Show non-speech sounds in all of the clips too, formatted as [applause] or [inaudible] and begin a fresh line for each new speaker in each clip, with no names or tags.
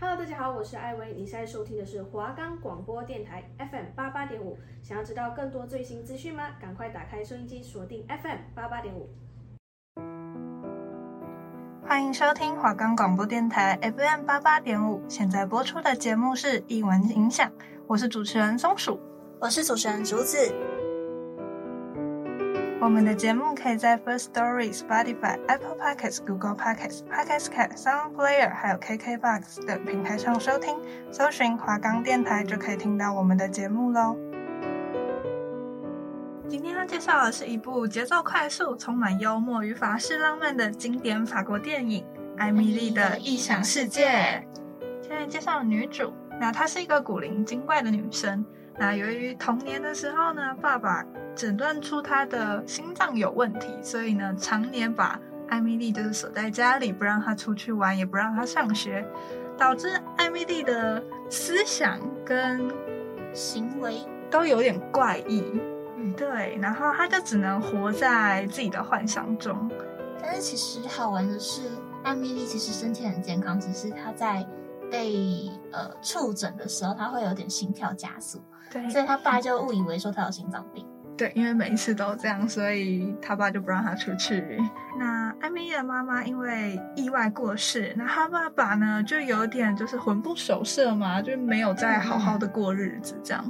Hello，大家好，我是艾薇，你现在收听的是华冈广播电台 FM 八八点五。想要知道更多最新资讯吗？赶快打开收音机，锁定 FM 八八点五。
欢迎收听华冈广播电台 FM 八八点五，现在播出的节目是《一文影响》，我是主持人松鼠。
我是主持人竹子。
我们的节目可以在 First Story、Spotify、Apple Podcasts、Google Podcasts、Podcast Cat、Sound Player 还有 KKBox 等平台上收听，搜寻华冈电台就可以听到我们的节目喽。今天要介绍的是一部节奏快速、充满幽默与法式浪漫的经典法国电影《艾米丽的异想世界》。现在介绍女主，那她是一个古灵精怪的女生。那由于童年的时候呢，爸爸诊断出她的心脏有问题，所以呢，常年把艾米丽就是锁在家里，不让她出去玩，也不让她上学，导致艾米丽的思想跟
行为
都有点怪异。
嗯
对，然后她就只能活在自己的幻想中。
但是其实好玩的是，艾米丽其实身体很健康，只是她在被呃触诊的时候，她会有点心跳加速，
哎
对
所以她爸就误以为说她有心脏病。
对，因为每一次都这样，所以他爸就不让他出去。那艾米丽的妈妈因为意外过世，那他爸爸呢就有点就是魂不守舍嘛，就没有再好好的过日子这样。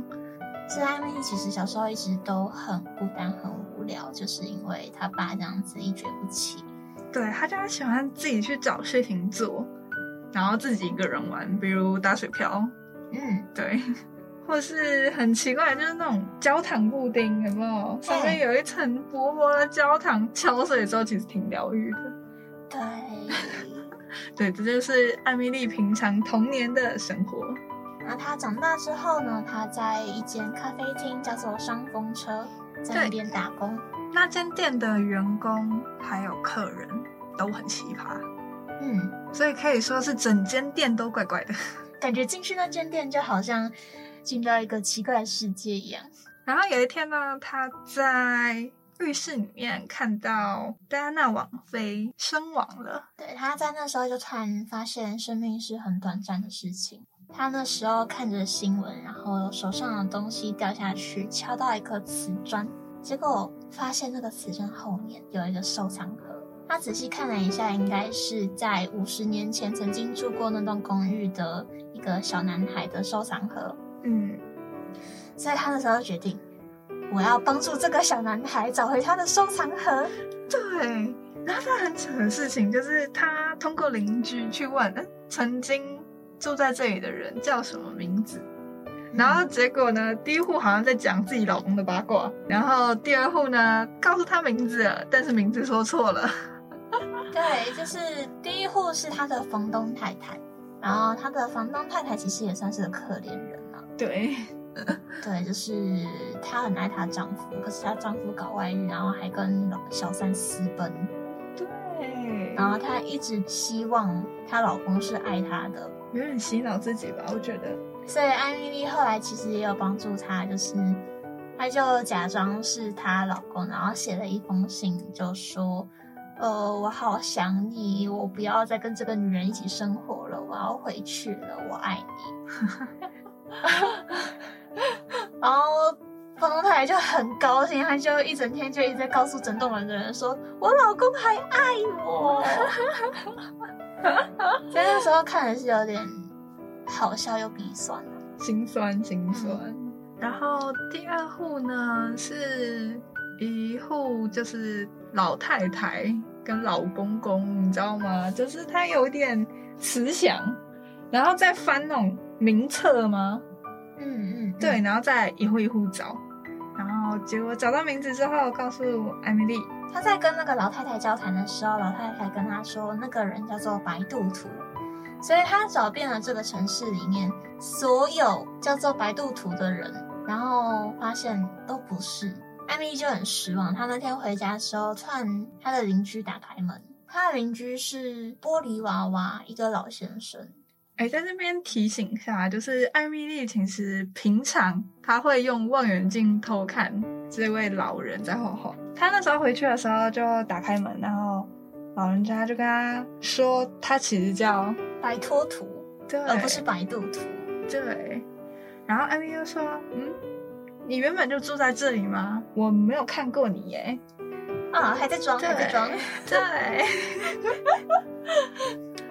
所以艾米丽其实小时候一直都很孤单、很无聊，就是因为她爸这样子一蹶不起。
对他就很喜欢自己去找事情做，然后自己一个人玩，比如打水漂，
嗯，
对，或是很奇怪，就是那种焦糖布丁，有没有？上面有一层薄薄的焦糖，敲碎之后其实挺疗愈的。
对，
对，这就是艾米丽平常童年的生活。
然后她长大之后呢，她在一间咖啡厅叫做双风车，在
对
那边打工。
那间店的员工还有客人都很奇葩，
嗯，
所以可以说是整间店都怪怪的。
感觉进去那间店就好像进到一个奇怪的世界一样。
然后有一天呢，他在浴室里面看到戴安娜王妃身亡了。
对，他在那时候就突然发现生命是很短暂的事情。他那时候看着新闻，然后手上的东西掉下去，敲到一颗瓷砖，结果发现那个瓷砖后面有一个收藏盒。他仔细看了一下，应该是在五十年前曾经住过那栋公寓的一个小男孩的收藏盒。
嗯，
所以他那时候决定，我要帮助这个小男孩找回他的收藏盒。
对。然后他很扯的事情就是，他通过邻居去问，嗯曾经住在这里的人叫什么名字。
嗯
然后结果呢，第一户好像在讲自己老公的八卦，然后第二户呢告诉他名字了，但是名字说错了。
对，就是第一户是他的房东太太，然后他的房东太太其实也算是个可怜人了。
对，
对，就是她很爱她丈夫，可是她丈夫搞外遇，然后还跟小三私奔，
[laughs] 对，
然后她一直希望她老公是爱她的，
有点洗脑自己吧，我觉得。
所以艾米丽后来其实也有帮助她，就是她就假装是她老公，然后写了一封信，就说：“呃，我好想你，我不要再跟这个女人一起生活了，我要回去了，我爱你。” [laughs] 然后房东太太就很高兴，她就一整天就一直在告诉整栋人的人说：“我老公还爱我。” [laughs] 所以那时候看的是有点好笑又鼻酸。
心酸，心酸。
嗯
然后第二户呢是一户就是老太太跟老公公，你知道吗？就是她有点慈祥，然后再翻那种名册吗？
嗯嗯，
对，然后再一户一户找，然后结果找到名字之后，告诉艾米丽，
他在跟那个老太太交谈的时候，老太太跟他说，那个人叫做白度图，所以他找遍了这个城市里面所有叫做白度图的人，然后发现都不是。艾米丽就很失望。她那天回家的时候，突然她的邻居打开门，她的邻居是玻璃娃娃，一个老先生。
哎，在这边提醒一下，啊就是艾米丽其实平常她会用望远镜偷看这位老人在画画。她那时候回去的时候就打开门，然后老人家就跟她说，她其实叫
白托图，
对
而哦不是白度图。
对，然后艾米就说：“嗯，你原本就住在这里吗？我没有看过你耶。
啊，还在装，还在装。”
对，
[laughs]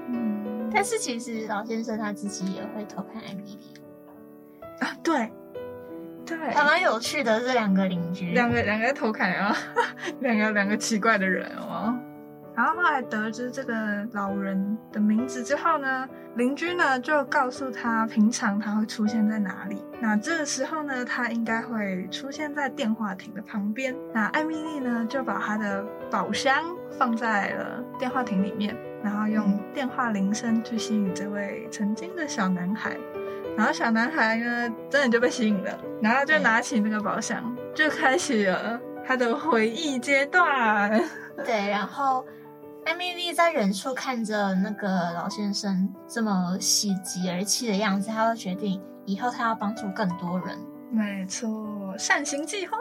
嗯
但是其实老先生他自己也会偷看艾米丽，
啊，对，对，
还蛮有趣的。这两个邻居，
两个两个在偷看啊， [laughs] 两个两个奇怪的人哦。然后后来得知这个老人的名字之后呢，邻居呢就告诉他平常他会出现在哪里。那这个时候呢，他应该会出现在电话亭的旁边。那艾米丽呢就把她的宝箱放在了电话亭里面，然后用电话铃声去吸引这位曾经的小男孩。然后小男孩呢，真的就被吸引了，然后他就拿起那个宝箱，就开启了他的回忆阶段。
对，然后艾米丽在远处看着那个老先生这么喜极而泣的样子，她就决定以后她要帮助更多人。
没错，善行计划。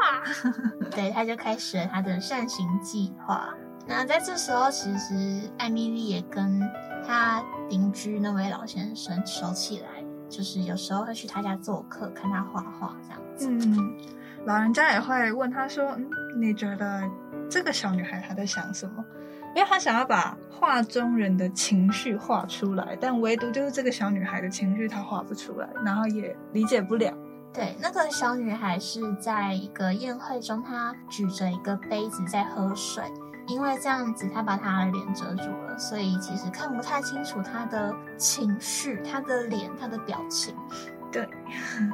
对，她就开始了她的善行计划。那在这时候，其实艾米丽也跟她邻居那位老先生熟起来，就是有时候会去他家做客，看他画画这样子。
嗯，老人家也会问他说：“嗯，你觉得这个小女孩她在想什么？”因为她想要把画中人的情绪画出来，但唯独就是这个小女孩的情绪她画不出来，然后也理解不了。
对，那个小女孩是在一个宴会中，她举着一个杯子在喝水，因为这样子她把她的脸遮住了，所以其实看不太清楚她的情绪、她的脸、她的表情。
对，
[laughs]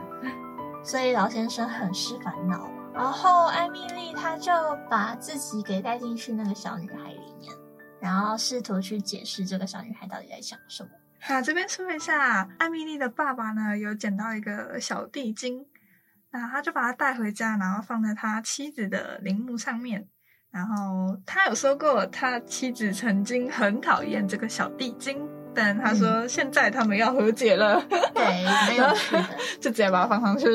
所以老先生很是烦恼。然后艾米丽她就把自己给带进去那个小女孩里面，然后试图去解释这个小女孩到底在想什么。
那这边说一下，艾米丽的爸爸呢有捡到一个小地精，那他就把它带回家，然后放在他妻子的陵墓上面。然后他有说过，他妻子曾经很讨厌这个小地精，但他说现在他们要和解了，
对，蛮有趣的。
就直接把它放上去。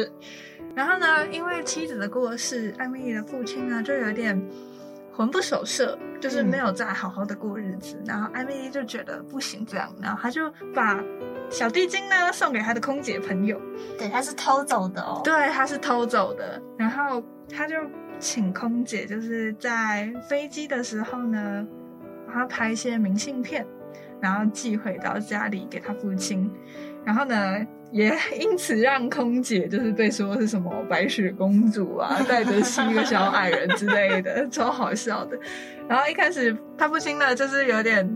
然后呢，因为妻子的过世，艾米丽的父亲呢就有点魂不守舍，就是没有再好好的过日子。然后艾米丽就觉得不行这样，然后她就把小地精呢送给她的空姐朋友，
对，她是偷走的
[laughs]
哦。
对，她是偷走的。然后她就请空姐就是在飞机的时候呢，帮她拍一些明信片，然后寄回到家里给她父亲。然后呢，也因此让空姐就是被说是什么白雪公主
[laughs]
啊，带着七个小矮人之类的，超好笑的。然后一开始他父亲呢，就是有点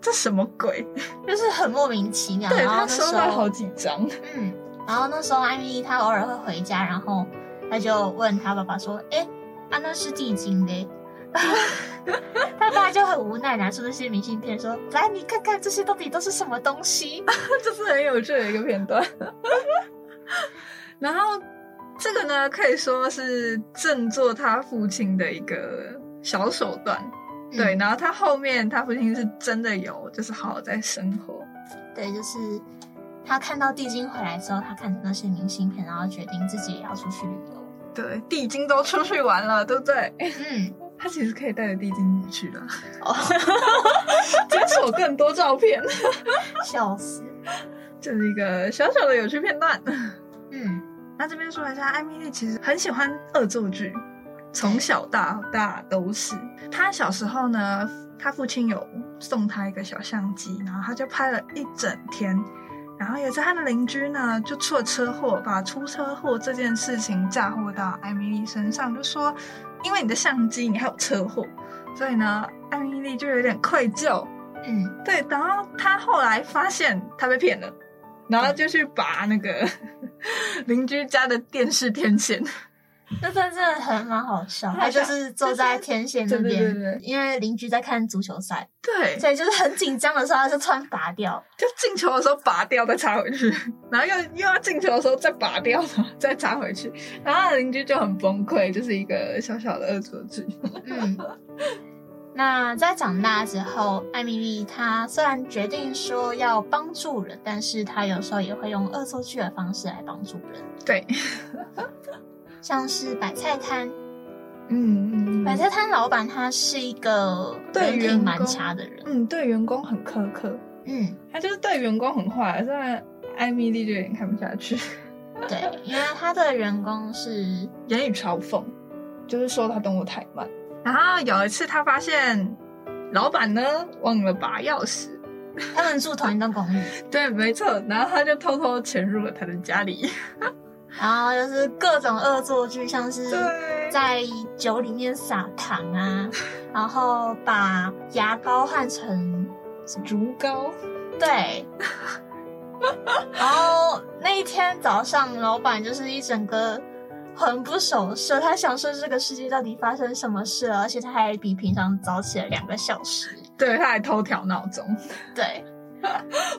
这什么鬼？
就是很莫名其妙。
对
然后
他
啊那时
收
候
到好几张，
嗯，然后那时候艾米丽她偶尔会回家，然后她就问她爸爸说：“哎、啊那是地精嘞。” [laughs] 他爸就很无奈，拿出那些明信片说：“来，你看看这些到底都是什么东西
这是很有趣的一个片段。 [laughs] 然后这个呢，可以说是振作他父亲的一个小手段。？”对，
嗯
然后他后面他父亲是真的有，就是好好在生活。
对，就是他看到地精回来之后，他看着那些明信片，然后决定自己也要出去旅游。
对，地精都出去玩了，对不对？
嗯，
他其实可以带着地精去的， [laughs]
哦，
解锁更多照片，
笑死。
这是一个小小的有趣片段。
嗯，
那这边说一下，艾米丽其实很喜欢恶作剧，从小到大都是。她小时候呢，她父亲有送她一个小相机，然后她就拍了一整天。然后也是她的邻居呢，就出了车祸，把出车祸这件事情嫁祸到艾米丽身上，就说因为你的相机，你还有车祸，所以呢，艾米丽就有点愧疚，
嗯，
对，然后他后来发现他被骗了，然后就去拔那个 [laughs] 邻居家的电视天线。
那段真的很蛮好笑。
很
他
好笑
就是坐在天线那
对对对对对，
边因为邻居在看足球赛，
对，
所以就是很紧张的时候，他就突然拔掉。
就进球的时候拔掉再插回去，然后又又要进球的时候再拔掉，然后再插回去，然后他的邻居就很崩溃，就是一个小小的恶作剧。
嗯，那在长大之后，艾米丽她虽然决定说要帮助人，但是她有时候也会用恶作剧的方式来帮助人，
对，
像是摆菜摊，
嗯嗯
摆
嗯，
菜摊老板他是一个
对
人
员
品蛮
工
差的人，
嗯，对员工很苛刻，
嗯，
他就是对员工很坏，虽然艾米丽就有点看不下去，
对，因为他的员工是
言语嘲讽，就是说他动作太慢。然后有一次，他发现老板呢忘了拔钥匙，
他们住同一栋公寓，
对，没错，然后他就偷偷潜入了他的家里，
然后就是各种恶作剧，像是
[laughs] 对，
在酒里面撒糖啊，然后把牙膏换成
竹篙，
对。然后那一天早上，老板就是一整个魂不守舍，他想说这个世界到底发生什么事了，而且他还比平常早起了两个小时。
对，他还偷调闹钟，
对，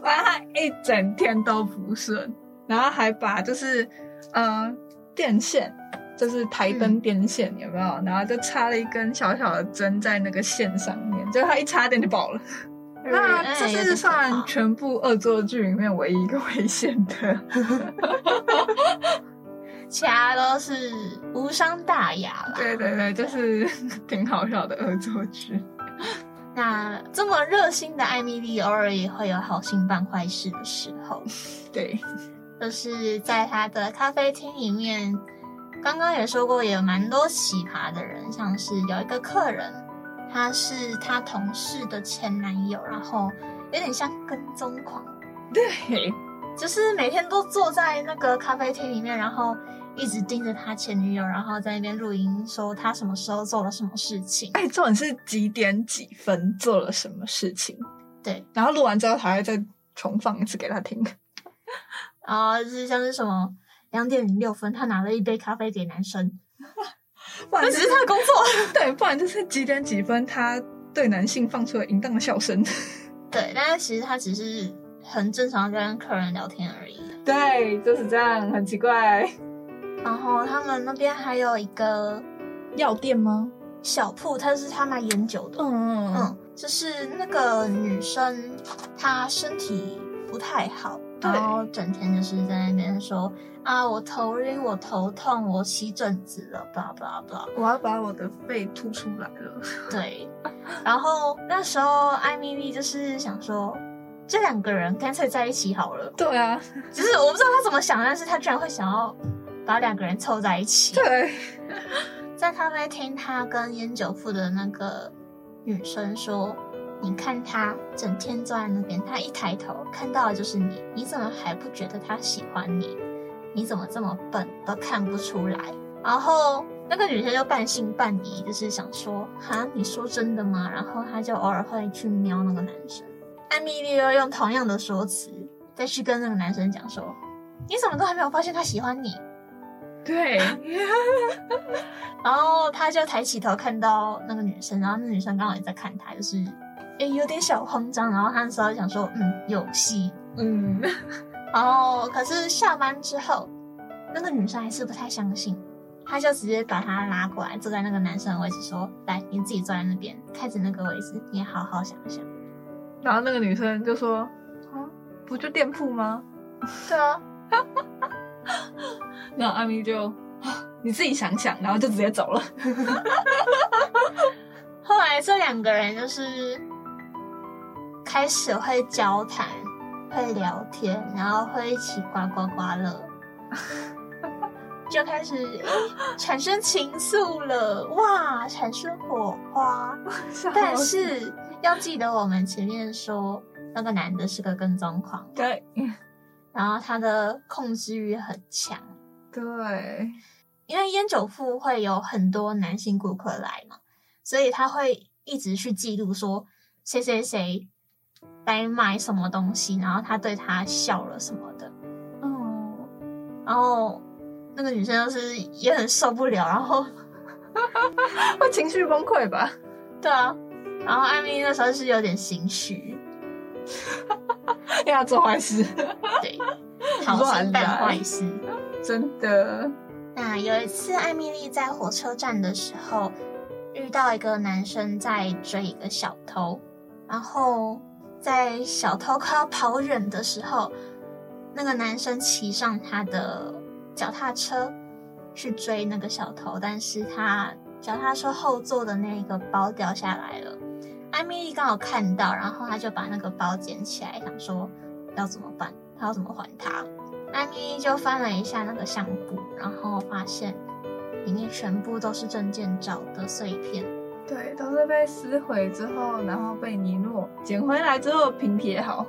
完他一整天都不顺，然后还把就是呃电线，就是台
嗯
灯电线、有没有？然后就插了一根小小的针在那个线上面，就他一插电就爆了。那这
哎
是算
有点可怕
全部恶作剧里面唯一一个危险的， [laughs]
其他都是无伤大雅啦。
对对对，就是 [laughs] 挺好笑的恶作剧。
那这么热心的艾米丽，偶尔也会有好心办坏事的时候。
对，
就是在他的咖啡厅里面，刚刚也说过，也有蛮多奇葩的人，像是有一个客人，他是他同事的前男友，然后有点像跟踪狂，
对，
就是每天都坐在那个咖啡厅里面，然后一直盯着他前女友，然后在那边录音，说他什么时候做了什么事情。
哎，重点是几点几分做了什么事情，
对，
然后录完之后还会再重放一次给他听。
然后就是像是什么两点零六分，他拿了一杯咖啡给男生，
[laughs] 不然
那
就
只是他的工作。
对，不然就是几点几分他对男性放出了淫荡的笑声。
对，但是其实他只是很正常地在跟客人聊天而已。
[laughs] 对，就是这样，很奇怪。
然后他们那边还有一个
药店吗？
小铺，它是他卖烟酒的。
嗯嗯，
嗯，就是那个女生，她身体不太好，
对
然后整天就是在那边说啊，我头晕，我头痛，我起疹子了，blah blah blah。
我要把我的肺吐出来了。
[laughs] 对，然后那时候艾米丽就是想说，这两个人干脆在一起好了。
对啊，
就是我不知道他怎么想，但是他居然会想要把两个人凑在一起。
对，
在咖啡厅，他跟烟酒铺的那个女生说：“你看他整天坐在那边，他一抬头看到的就是你，你怎么还不觉得他喜欢你？你怎么这么笨，都看不出来？”然后那个女生就半信半疑，就是想说：“哈，你说真的吗？”然后她就偶尔会去瞄那个男生。艾米丽又用同样的说辞再去跟那个男生讲说：“你怎么都还没有发现他喜欢你？”
对，
然后他就抬起头看到那个女生，然后那女生刚好也在看他，就是诶有点小慌张。然后他那时候就想说，嗯，有戏。
嗯，
[laughs] 然后可是下班之后，那个女生还是不太相信，她就直接把他拉过来，坐在那个男生的位置，说：“来，你自己坐在那边，看着那个位置，你好好想一想。
然后那个女生就说：“啊，不就店铺吗？””
对啊，
[laughs] 然后阿咪就、啊你自己想想，然后就直接 [laughs] 走了。
后来这两个人就是开始会交谈，会聊天，然后会一起刮刮刮乐，就开始诶产生情愫了，哇，产生火花。但是要记得我们前面说那个男的是个跟踪狂，
对
然后他的控制欲很强，
对，
因为烟酒铺会有很多男性顾客来嘛，所以他会一直去记录说谁谁谁来买什么东西，然后他对他笑了什么的，
哦，
然后那个女生就是也很受不了，然后
会情绪崩溃吧？
对啊，然后艾米那时候是有点心虚，
因为她做坏事，
对，好心办坏事。
真的。
那有一次，艾米丽在火车站的时候遇到一个男生在追一个小偷，然后在小偷快要跑远的时候，那个男生骑上他的脚踏车去追那个小偷，但是他脚踏车后座的那个包掉下来了。艾米丽刚好看到，然后她就把那个包捡起来，想说要怎么办，她要怎么还他。艾米丽就翻了一下那个相簿，然后发现里面全部都是证件照的碎片。
对，都是被撕毁之后，然后被尼诺捡回来之后拼贴好。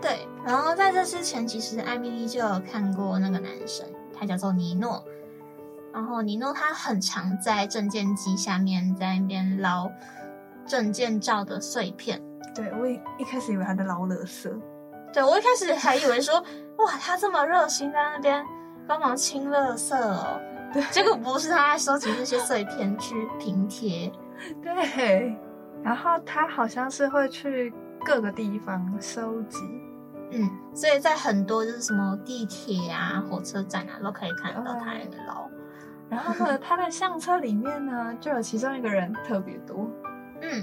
对，然后在这之前，其实艾米丽就有看过那个男生，他叫做尼诺。然后尼诺他很常在证件机下面在那边捞证件照的碎片。
对我一一开始以为他在捞垃圾，
对我一开始还以为说，哇，他这么热心在那边帮忙清垃圾哦，
对
结果不是，他在收集那些碎片去拼贴。
对，然后他好像是会去各个地方收集，
嗯，所以在很多就是什么地铁啊、火车站啊，都可以看到他在那边捞。
然后 [laughs] 呢，他的相册里面呢，就有其中一个人特别多，
嗯，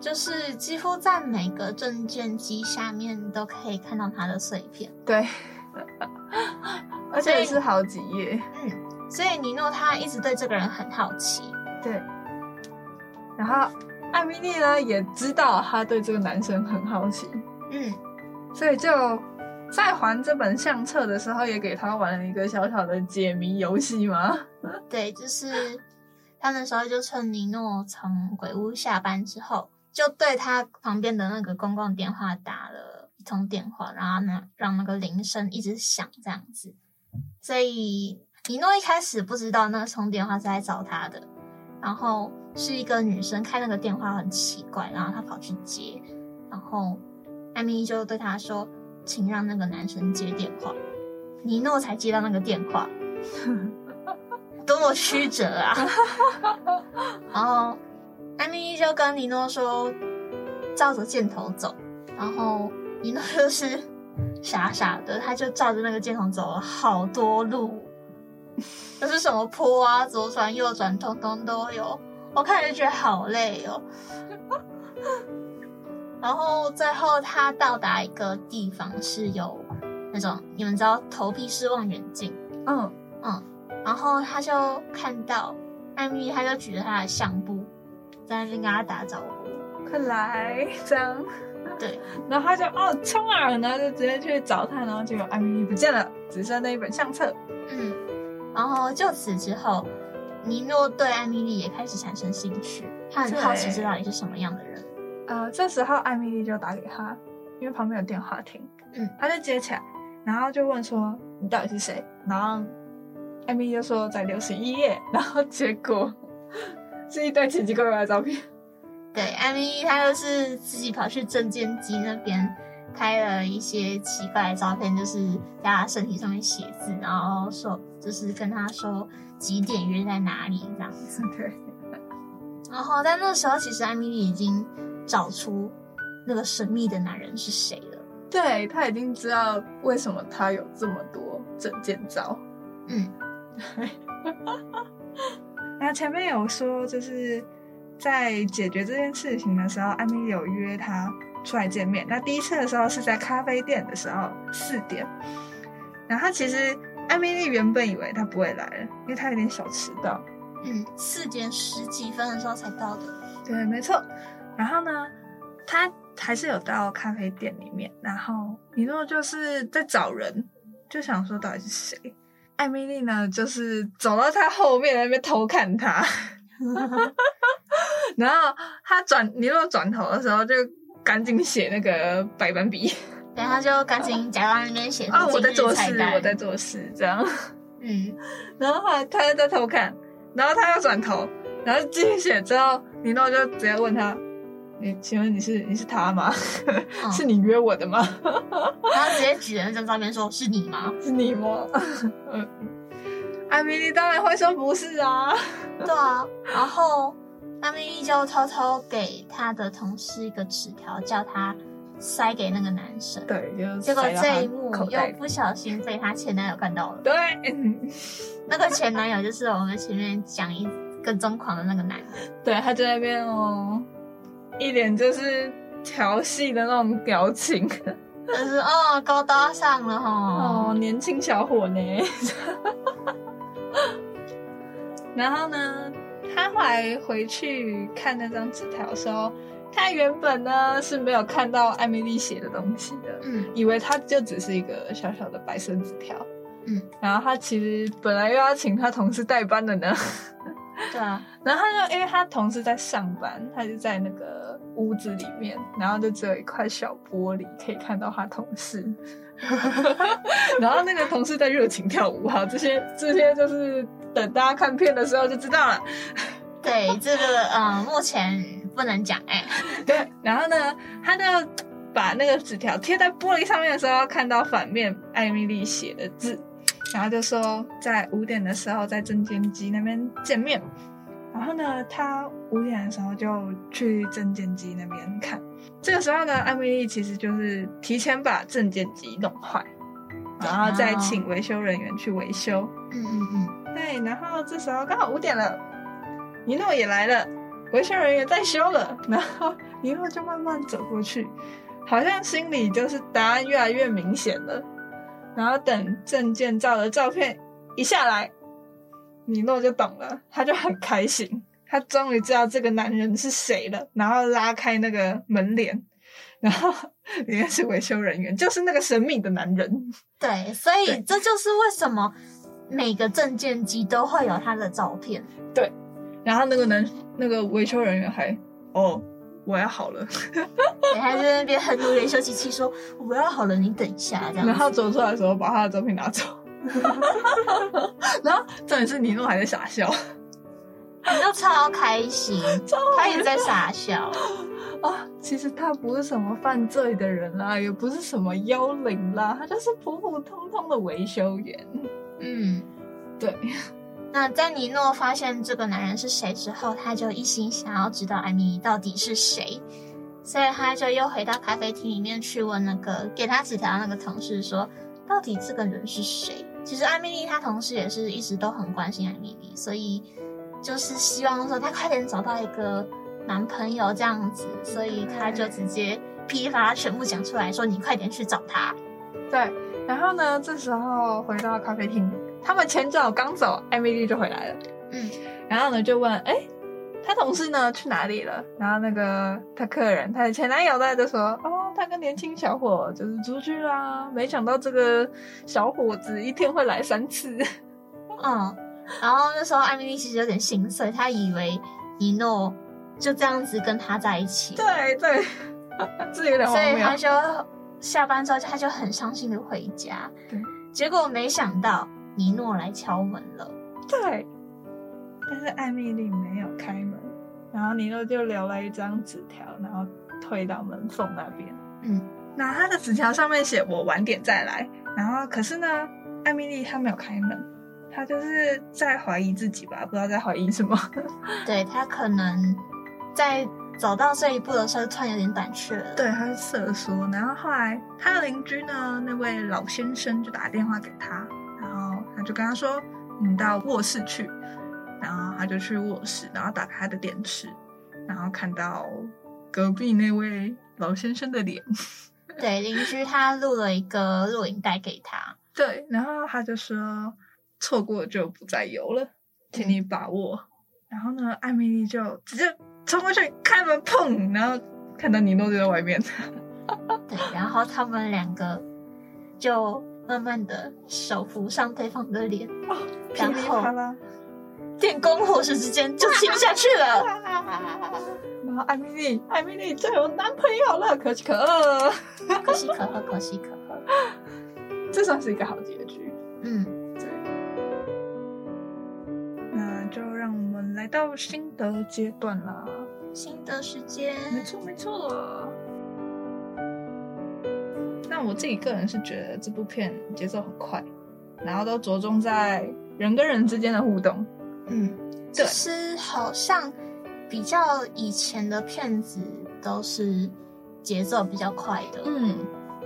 就是几乎在每个证件机下面都可以看到它的碎片。
[laughs] 对，而
所
且
以
是好几页，
嗯，所以尼诺他一直对这个人很好奇。
对。然后艾米丽呢也知道他对这个男生很好奇，
嗯，
所以就在还这本相册的时候，也给他玩了一个小小的解谜游戏嘛。
对，就是他那时候就趁尼诺从鬼屋下班之后，就对他旁边的那个公共电话打了一通电话，然后呢让那个铃声一直响这样子。所以尼诺一开始不知道那通电话是来找他的，然后是一个女生开那个电话很奇怪，然后他跑去接，然后艾米就对他说：“请让那个男生接电话。”尼诺才接到那个电话，多么曲折啊！ [laughs] 然后安妮就跟尼诺说，照着箭头走。然后尼诺就是傻傻的，他就照着那个箭头走了好多路，就是什么坡啊、左转、右转，通通都有。我看了就觉得好累哦。然后最后他到达一个地方是有那种你们知道投币式望远镜。
嗯，
然后他就看到艾米丽，他就举着他的相簿在那边跟他打招呼。
快来这样。
对，
[laughs] 然后他就哦冲啊，然后就直接去找他，然后结果艾米丽不见了，只剩那一本相册。
嗯，然后就此之后，尼诺对艾米丽也开始产生兴趣，他很好奇
对
这到底是什么样的人。
呃，这时候艾米丽就打给他，因为旁边有电话亭，
嗯，
他就接起来，然后就问说你到底是谁？然后艾米丽就说在六十一页， [laughs] 然后结果 [laughs] 是一堆奇奇怪怪的照片。
对，艾米丽她就是自己跑去证件机那边拍了一些奇怪的照片，就是在她身体上面写字，然后说就是跟他说几点约在哪里这样子。
对，
然后在那时候，其实艾米丽已经找出那个神秘的男人是谁了。
对他已经知道为什么他有这么多证件照。
嗯，
那哎前面有说，就是在解决这件事情的时候，艾米有约他出来见面。那第一次的时候是在咖啡店的时候，四点。然后其实艾米丽原本以为他不会来了，因为他有点小迟到。
嗯，四点十几分的时候才到的。
对，没错。然后呢，他还是有到咖啡店里面，然后尼诺就是在找人，就想说到底是谁。艾米丽呢，就是走到他后面在那边偷看 [laughs] 他。然后他转尼诺转头的时候，就赶紧写那个白板笔，
然后就赶紧假装那边写
[laughs] 啊，
出
我在
今
做
日菜
事，
单
我在做事，这样。
嗯，
然后后来他又在偷看，然后他又转头，然后继续写之后，尼诺就直接问他：“你请问你是你是他吗？
嗯
[laughs] 是你约我的吗？
然后直接举着那张照片 [laughs] 说：“是你吗
是你吗？” [laughs] 嗯艾米丽当然会说不是啊。？” [laughs]
对啊。然后艾米丽就偷偷给她的同事一个纸条，叫他塞给那个男生。
对，就是
结果
塞到
这
他
一幕
口袋
又
里
不小心被她前男友看到了。
对， [laughs] 嗯
那个前男友就是我们前面讲一跟踪狂的那个男人，
对，他就在那边哦，一脸就是调戏的那种表情。
就是哦高搭上了
哦
哈，，
年轻小伙呢。 [laughs] 然后呢，他后来回去看那张纸条的时候，他原本呢是没有看到艾米丽写的东西的，
嗯
以为他就只是一个小小的白色纸条。
嗯，
然后他其实本来又要请他同事代班的呢，
对啊，
然后他就因为他同事在上班，他就在那个屋子里面，然后就只有一块小玻璃可以看到他同事， [laughs] 然后那个同事在热情跳舞，好，这些这些就是等大家看片的时候就知道了。
对这个呃，目前不能讲哎、
对，然后呢，他就把那个纸条贴在玻璃上面的时候，看到反面艾米丽写的字，然后就说在五点的时候在证监机那边见面。然后呢，他五点的时候就去证监机那边看。这个时候呢，艾米丽其实就是提前把证监机弄坏，然后再请维修人员去维修。
嗯嗯嗯，
对，然后这时候刚好五点了，尼诺也来了，维修人员在修了，然后尼诺就慢慢走过去，好像心里就是答案越来越明显了。然后等证件照的照片一下来，尼诺就懂了，他就很开心，他终于知道这个男人是谁了，然后拉开那个门帘。然后里面是维修人员，就是那个神秘的男人。
对，所
对
以这就是为什么每个证件机都会有他的照片。
然后那个男那个维修人员还哦，我要好了，
对，他在那边很努力地休息气说：“我要好了，你等一下。”这样
然后走出来的时候把他的照片拿 [laughs] 走，然后重点是尼诺还在傻笑
你就超开
[laughs]
心，他也在傻笑。
啊。其实他不是什么犯罪的人啦，也不是什么幽灵啦，他就是普普通通的维修员。
嗯，
对，
[laughs] 那在尼诺发现这个男人是谁之后，他就一心想要知道艾米到底是谁，所以他就又回到咖啡厅里面去问那个给他纸条的那个同事说，到底这个人是谁？其实艾米丽她同事也是一直都很关心艾米丽，所以就是希望说她快点找到一个男朋友这样子，所以她就直接批发全部讲出来说，你快点去找他。
对，然后呢，这时候回到咖啡厅，他们前脚刚走，艾米丽就回来了。
嗯，
然后呢就问，哎，他同事呢去哪里了？然后那个他客人，他的前男友呢就说，哦，他跟年轻小伙就是出去啦、没想到这个小伙子一天会来三次。 [laughs]
嗯，然后那时候艾米丽其实有点心碎，她以为尼诺就这样子跟她在一起，
对对，这有点
所
荒
以
谬
她。就下班之后她就很伤心的回家
对。
结果没想到尼诺来敲门了，
对，但是艾米丽没有开门，然后尼诺就留了一张纸条，然后推到门缝那边。
嗯，
那他的纸条上面写“我晚点再来”，然后可是呢，艾米丽她没有开门，她就是在怀疑自己吧，不知道在怀疑什么。 [laughs]
对她可能在走到这一步的时候突然有点胆怯了。
对，她是瑟缩。然后后来她的邻居呢，那位老先生就打电话给她，然后他就跟她说：“你到卧室去。”然后她就去卧室，然后打开她的电视，然后看到隔壁那位老先生的脸。
对，邻居他录了一个录影带给她。
对，然后他就说错过就不再有了，请
嗯
你把握。然后呢，艾米丽就直接冲过去开门，砰！然后看到尼诺就在外面，
对，然后他们两个就慢慢的手扶上对方的脸，
哦噼
然
里
后
啪啦。
电光火石之间就亲下去了。
[laughs] 然后艾米丽，艾米丽就有男朋友了，可喜可贺，
可喜可贺，可喜可贺。
这算是一个好结局。
嗯，
那就让我们来到心得阶段啦。
新的时间，
没错，没错。那我自己个人是觉得这部片节奏很快，然后都着重在人跟人之间的互动。
嗯，
对
其实好像比较以前的片子都是节奏比较快的，
嗯，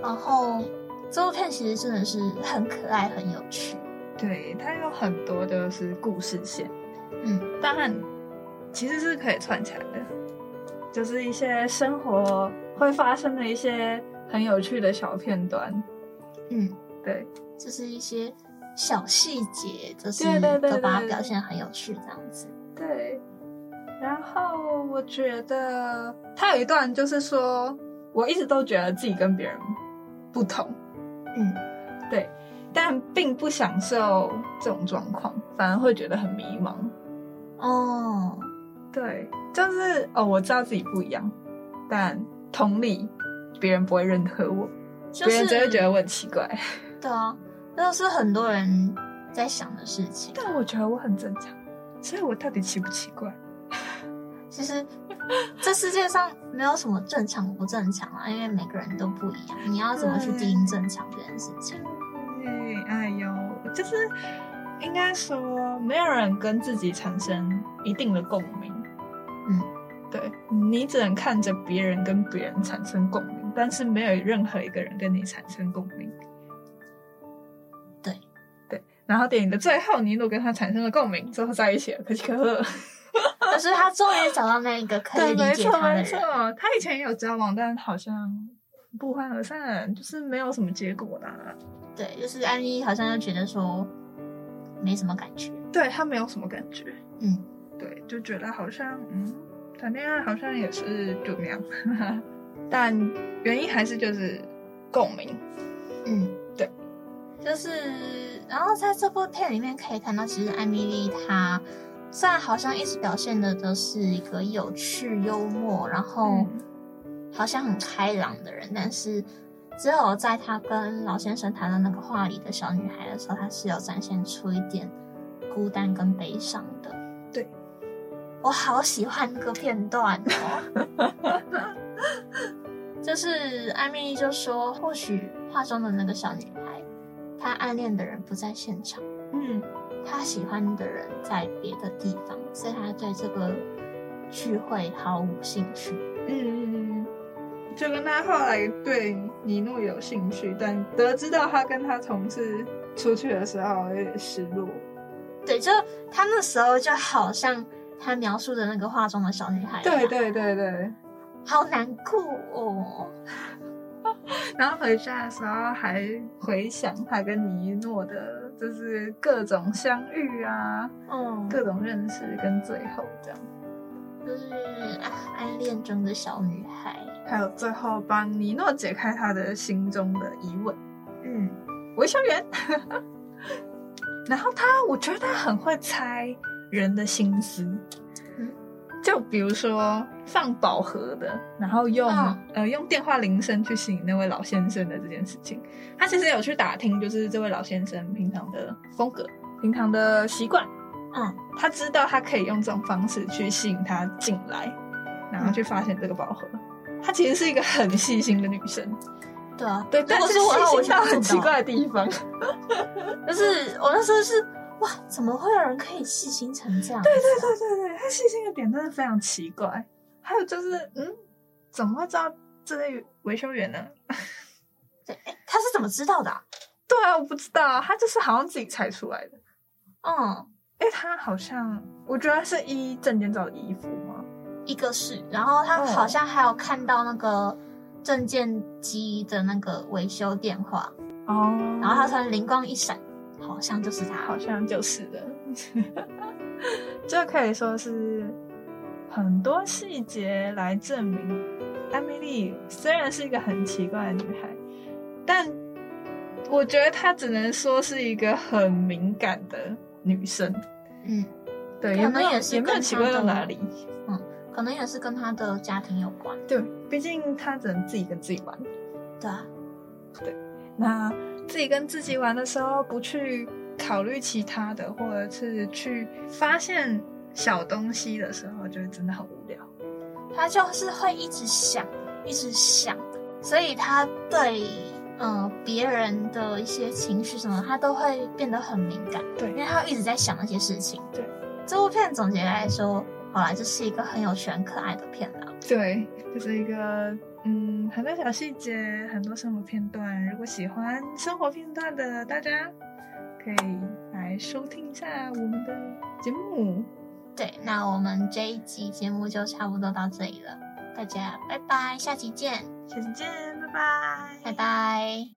然后这部片其实真的是很可爱，很有趣。
对，它有很多就是故事线，
嗯，
当然其实是可以串起来的，就是一些生活会发生的一些很有趣的小片段。
嗯，
对，
就是一些小细节，就是
对对对
都把它
对
表现得很有趣，这样子。
对，然后我觉得他有一段就是说，我一直都觉得自己跟别人不同，
嗯，
对，但并不享受这种状况，反而会觉得很迷茫。
哦，
对，就是哦，我知道自己不一样，但同理，别人不会认可我，
就
别人
是
只会觉得我很奇怪。
对啊，那是很多人在想的事情。
但我觉得我很正常，所以我到底奇不奇怪？
其实这世界上没有什么正常不正常啊，因为每个人都不一样。你要怎么去定义正常这件事情？
哎，哎呦，就是应该说，没有人跟自己产生一定的共鸣。
嗯，
对你只能看着别人跟别人产生共鸣，但是没有任何一个人跟你产生共鸣。
对，
对。然后电影的最后，尼禄跟他产生了共鸣，最后在一起了，可喜可贺。
可是他终于找到那一个可
[laughs] 对，
以理
没
解
错
他的
没错
人。，
他以前也有交往，但好像不欢而散，就是没有什么结果啦。
对，就是安妮好像就觉得说没什么感觉。
对他没有什么感觉，
嗯，
对，就觉得好像嗯，谈恋爱好像也是就那样， [laughs] 但原因还是就是共鸣。
嗯，
对，
就是，然后在这部片里面可以看到，其实艾米丽她虽然好像一直表现的都是一个有趣、幽默，然后
嗯
好像很开朗的人，但是只有在她跟老先生谈论那个话里的小女孩的时候，她是有展现出一点孤单跟悲伤的。
对，
我好喜欢那个片段哦。就是艾米丽就说，或许画中的那个小女孩，她暗恋的人不在现场，
嗯，
她喜欢的人在别的地方，所以她对这个聚会毫无兴趣。
嗯嗯嗯，就跟他后来对尼诺有兴趣，但得知到他跟他同事出去的时候有点失落。
对，就她那时候就好像她描述的那个画中的小女孩，
对，对对对，
好难过哦。
然后回家的时候还回想他跟尼诺的，就是各种相遇啊，
嗯，
各种认识跟最后这样。
就是啊暗恋中的小女孩。
还有最后帮尼诺解开他的心中的疑问，
嗯，
维修员。 [laughs] 然后他，我觉得他很会猜人的心思
嗯。
就比如说放饱和的，然后用、
嗯
呃用电话铃声去吸引那位老先生的这件事情，他其实有去打听，就是这位老先生平常的风格、平常的习惯，
嗯，
他知道他可以用这种方式去吸引他进来，
嗯
然后去发现这个饱和。她其实是一个很细心的女生，
对啊，
对，
如
但
果
是
我的话
细
我
心
就
到
不
很
知
奇
道
怪的地 [laughs] 方。
就是我那时候是哇，怎么会有人可以细心成这样子啊？
对对对对，她细心的点真的非常奇怪。还有就是，嗯，怎么会知道这类维修员呢？
对诶他是怎么知道的、啊？
对啊，我不知道啊，她就是好像自己猜出来的。
嗯，
因为她好像，我觉得是依证件照的衣服嘛，
一个是，然后他
嗯
好像还有看到那个证件机的那个维修电话，
哦
然后他突然灵光一闪，好像就是他
好。像就是的， [laughs] 这可以说是很多细节来证明艾米丽虽然是一个很奇怪的女孩，但我觉得她只能说是一个很敏感的女生。
嗯，
对，
可
也没有
能也是
也没有
跟
奇
她
怪到
的
哪里。
可能也是跟他的家庭有关。
对，毕竟她只能自己跟自己玩。
对啊，
那自己跟自己玩的时候，不去考虑其他的，或者是去发现小东西的时候，就会真的很无聊。
他就是会一直想，一直想，所以他对嗯别人的一些情绪什么，他都会变得很敏感。
对
因为他一直在想那些事情。
对，
这部片总结来说，好啦，就是一个很有趣、很可爱的片啦。
对，就是一个嗯，很多小细节，很多生活片段。如果喜欢生活片段的大家，可以来收听一下我们的节目。
对，那我们这一集节目就差不多到这里了，大家拜拜，下期见，
下次见，拜拜，
拜拜。